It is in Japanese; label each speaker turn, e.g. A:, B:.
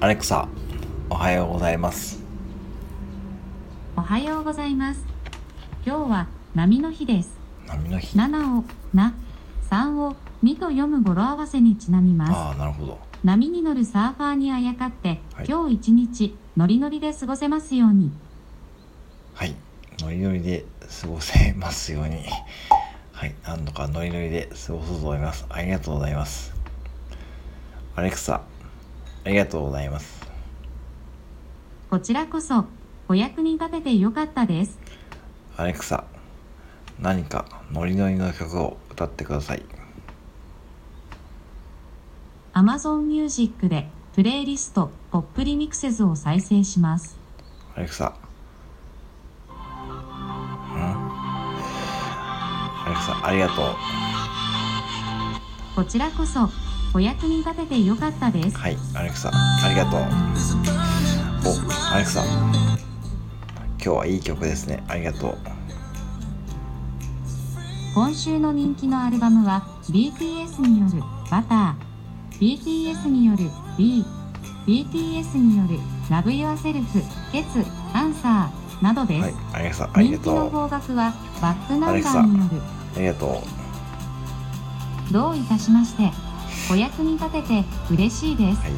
A: アレクサ、おはようございます。
B: おはようございます。今日は波の日です。
A: 波の日。
B: 7をな、3を2と読む語呂合わせにちなみます。
A: ああ、なるほど。
B: 波に乗るサーファーにあやかって、
A: はい
B: 今日一日ノリノリで過ごせますように。
A: はい。ノリノリで過ごせますように。はい。なんとかノリノリで過ごそうと思います。ありがとうございます。アレクサ、ありがとうございます。
B: こちらこそお役に立ててよかったです。
A: アレクサ、何かノリノリの曲を歌ってください。
B: Amazon Music でプレイリストポップリミクセズを再生します。
A: アレクサ。んアレクサ、ありがとう。
B: こちらこそお役に立ててよかったです。
A: はい、アレクサ、ありがとう。お、アレクサ。今日はいい曲ですね。ありがとう。
B: 今週の人気のアルバムは BTS による「バター」BTS による「B」BTS による「ラブ・ユア・セルフ」「ゲツ」「アンサー」などで
A: はい
B: す、、
A: アレクサ、ありが
B: 人気
A: と
B: の
A: う。
B: 方角はバックナンバーによる
A: ありがとう。
B: どういたしましてお役に立てて嬉しいです
A: はい、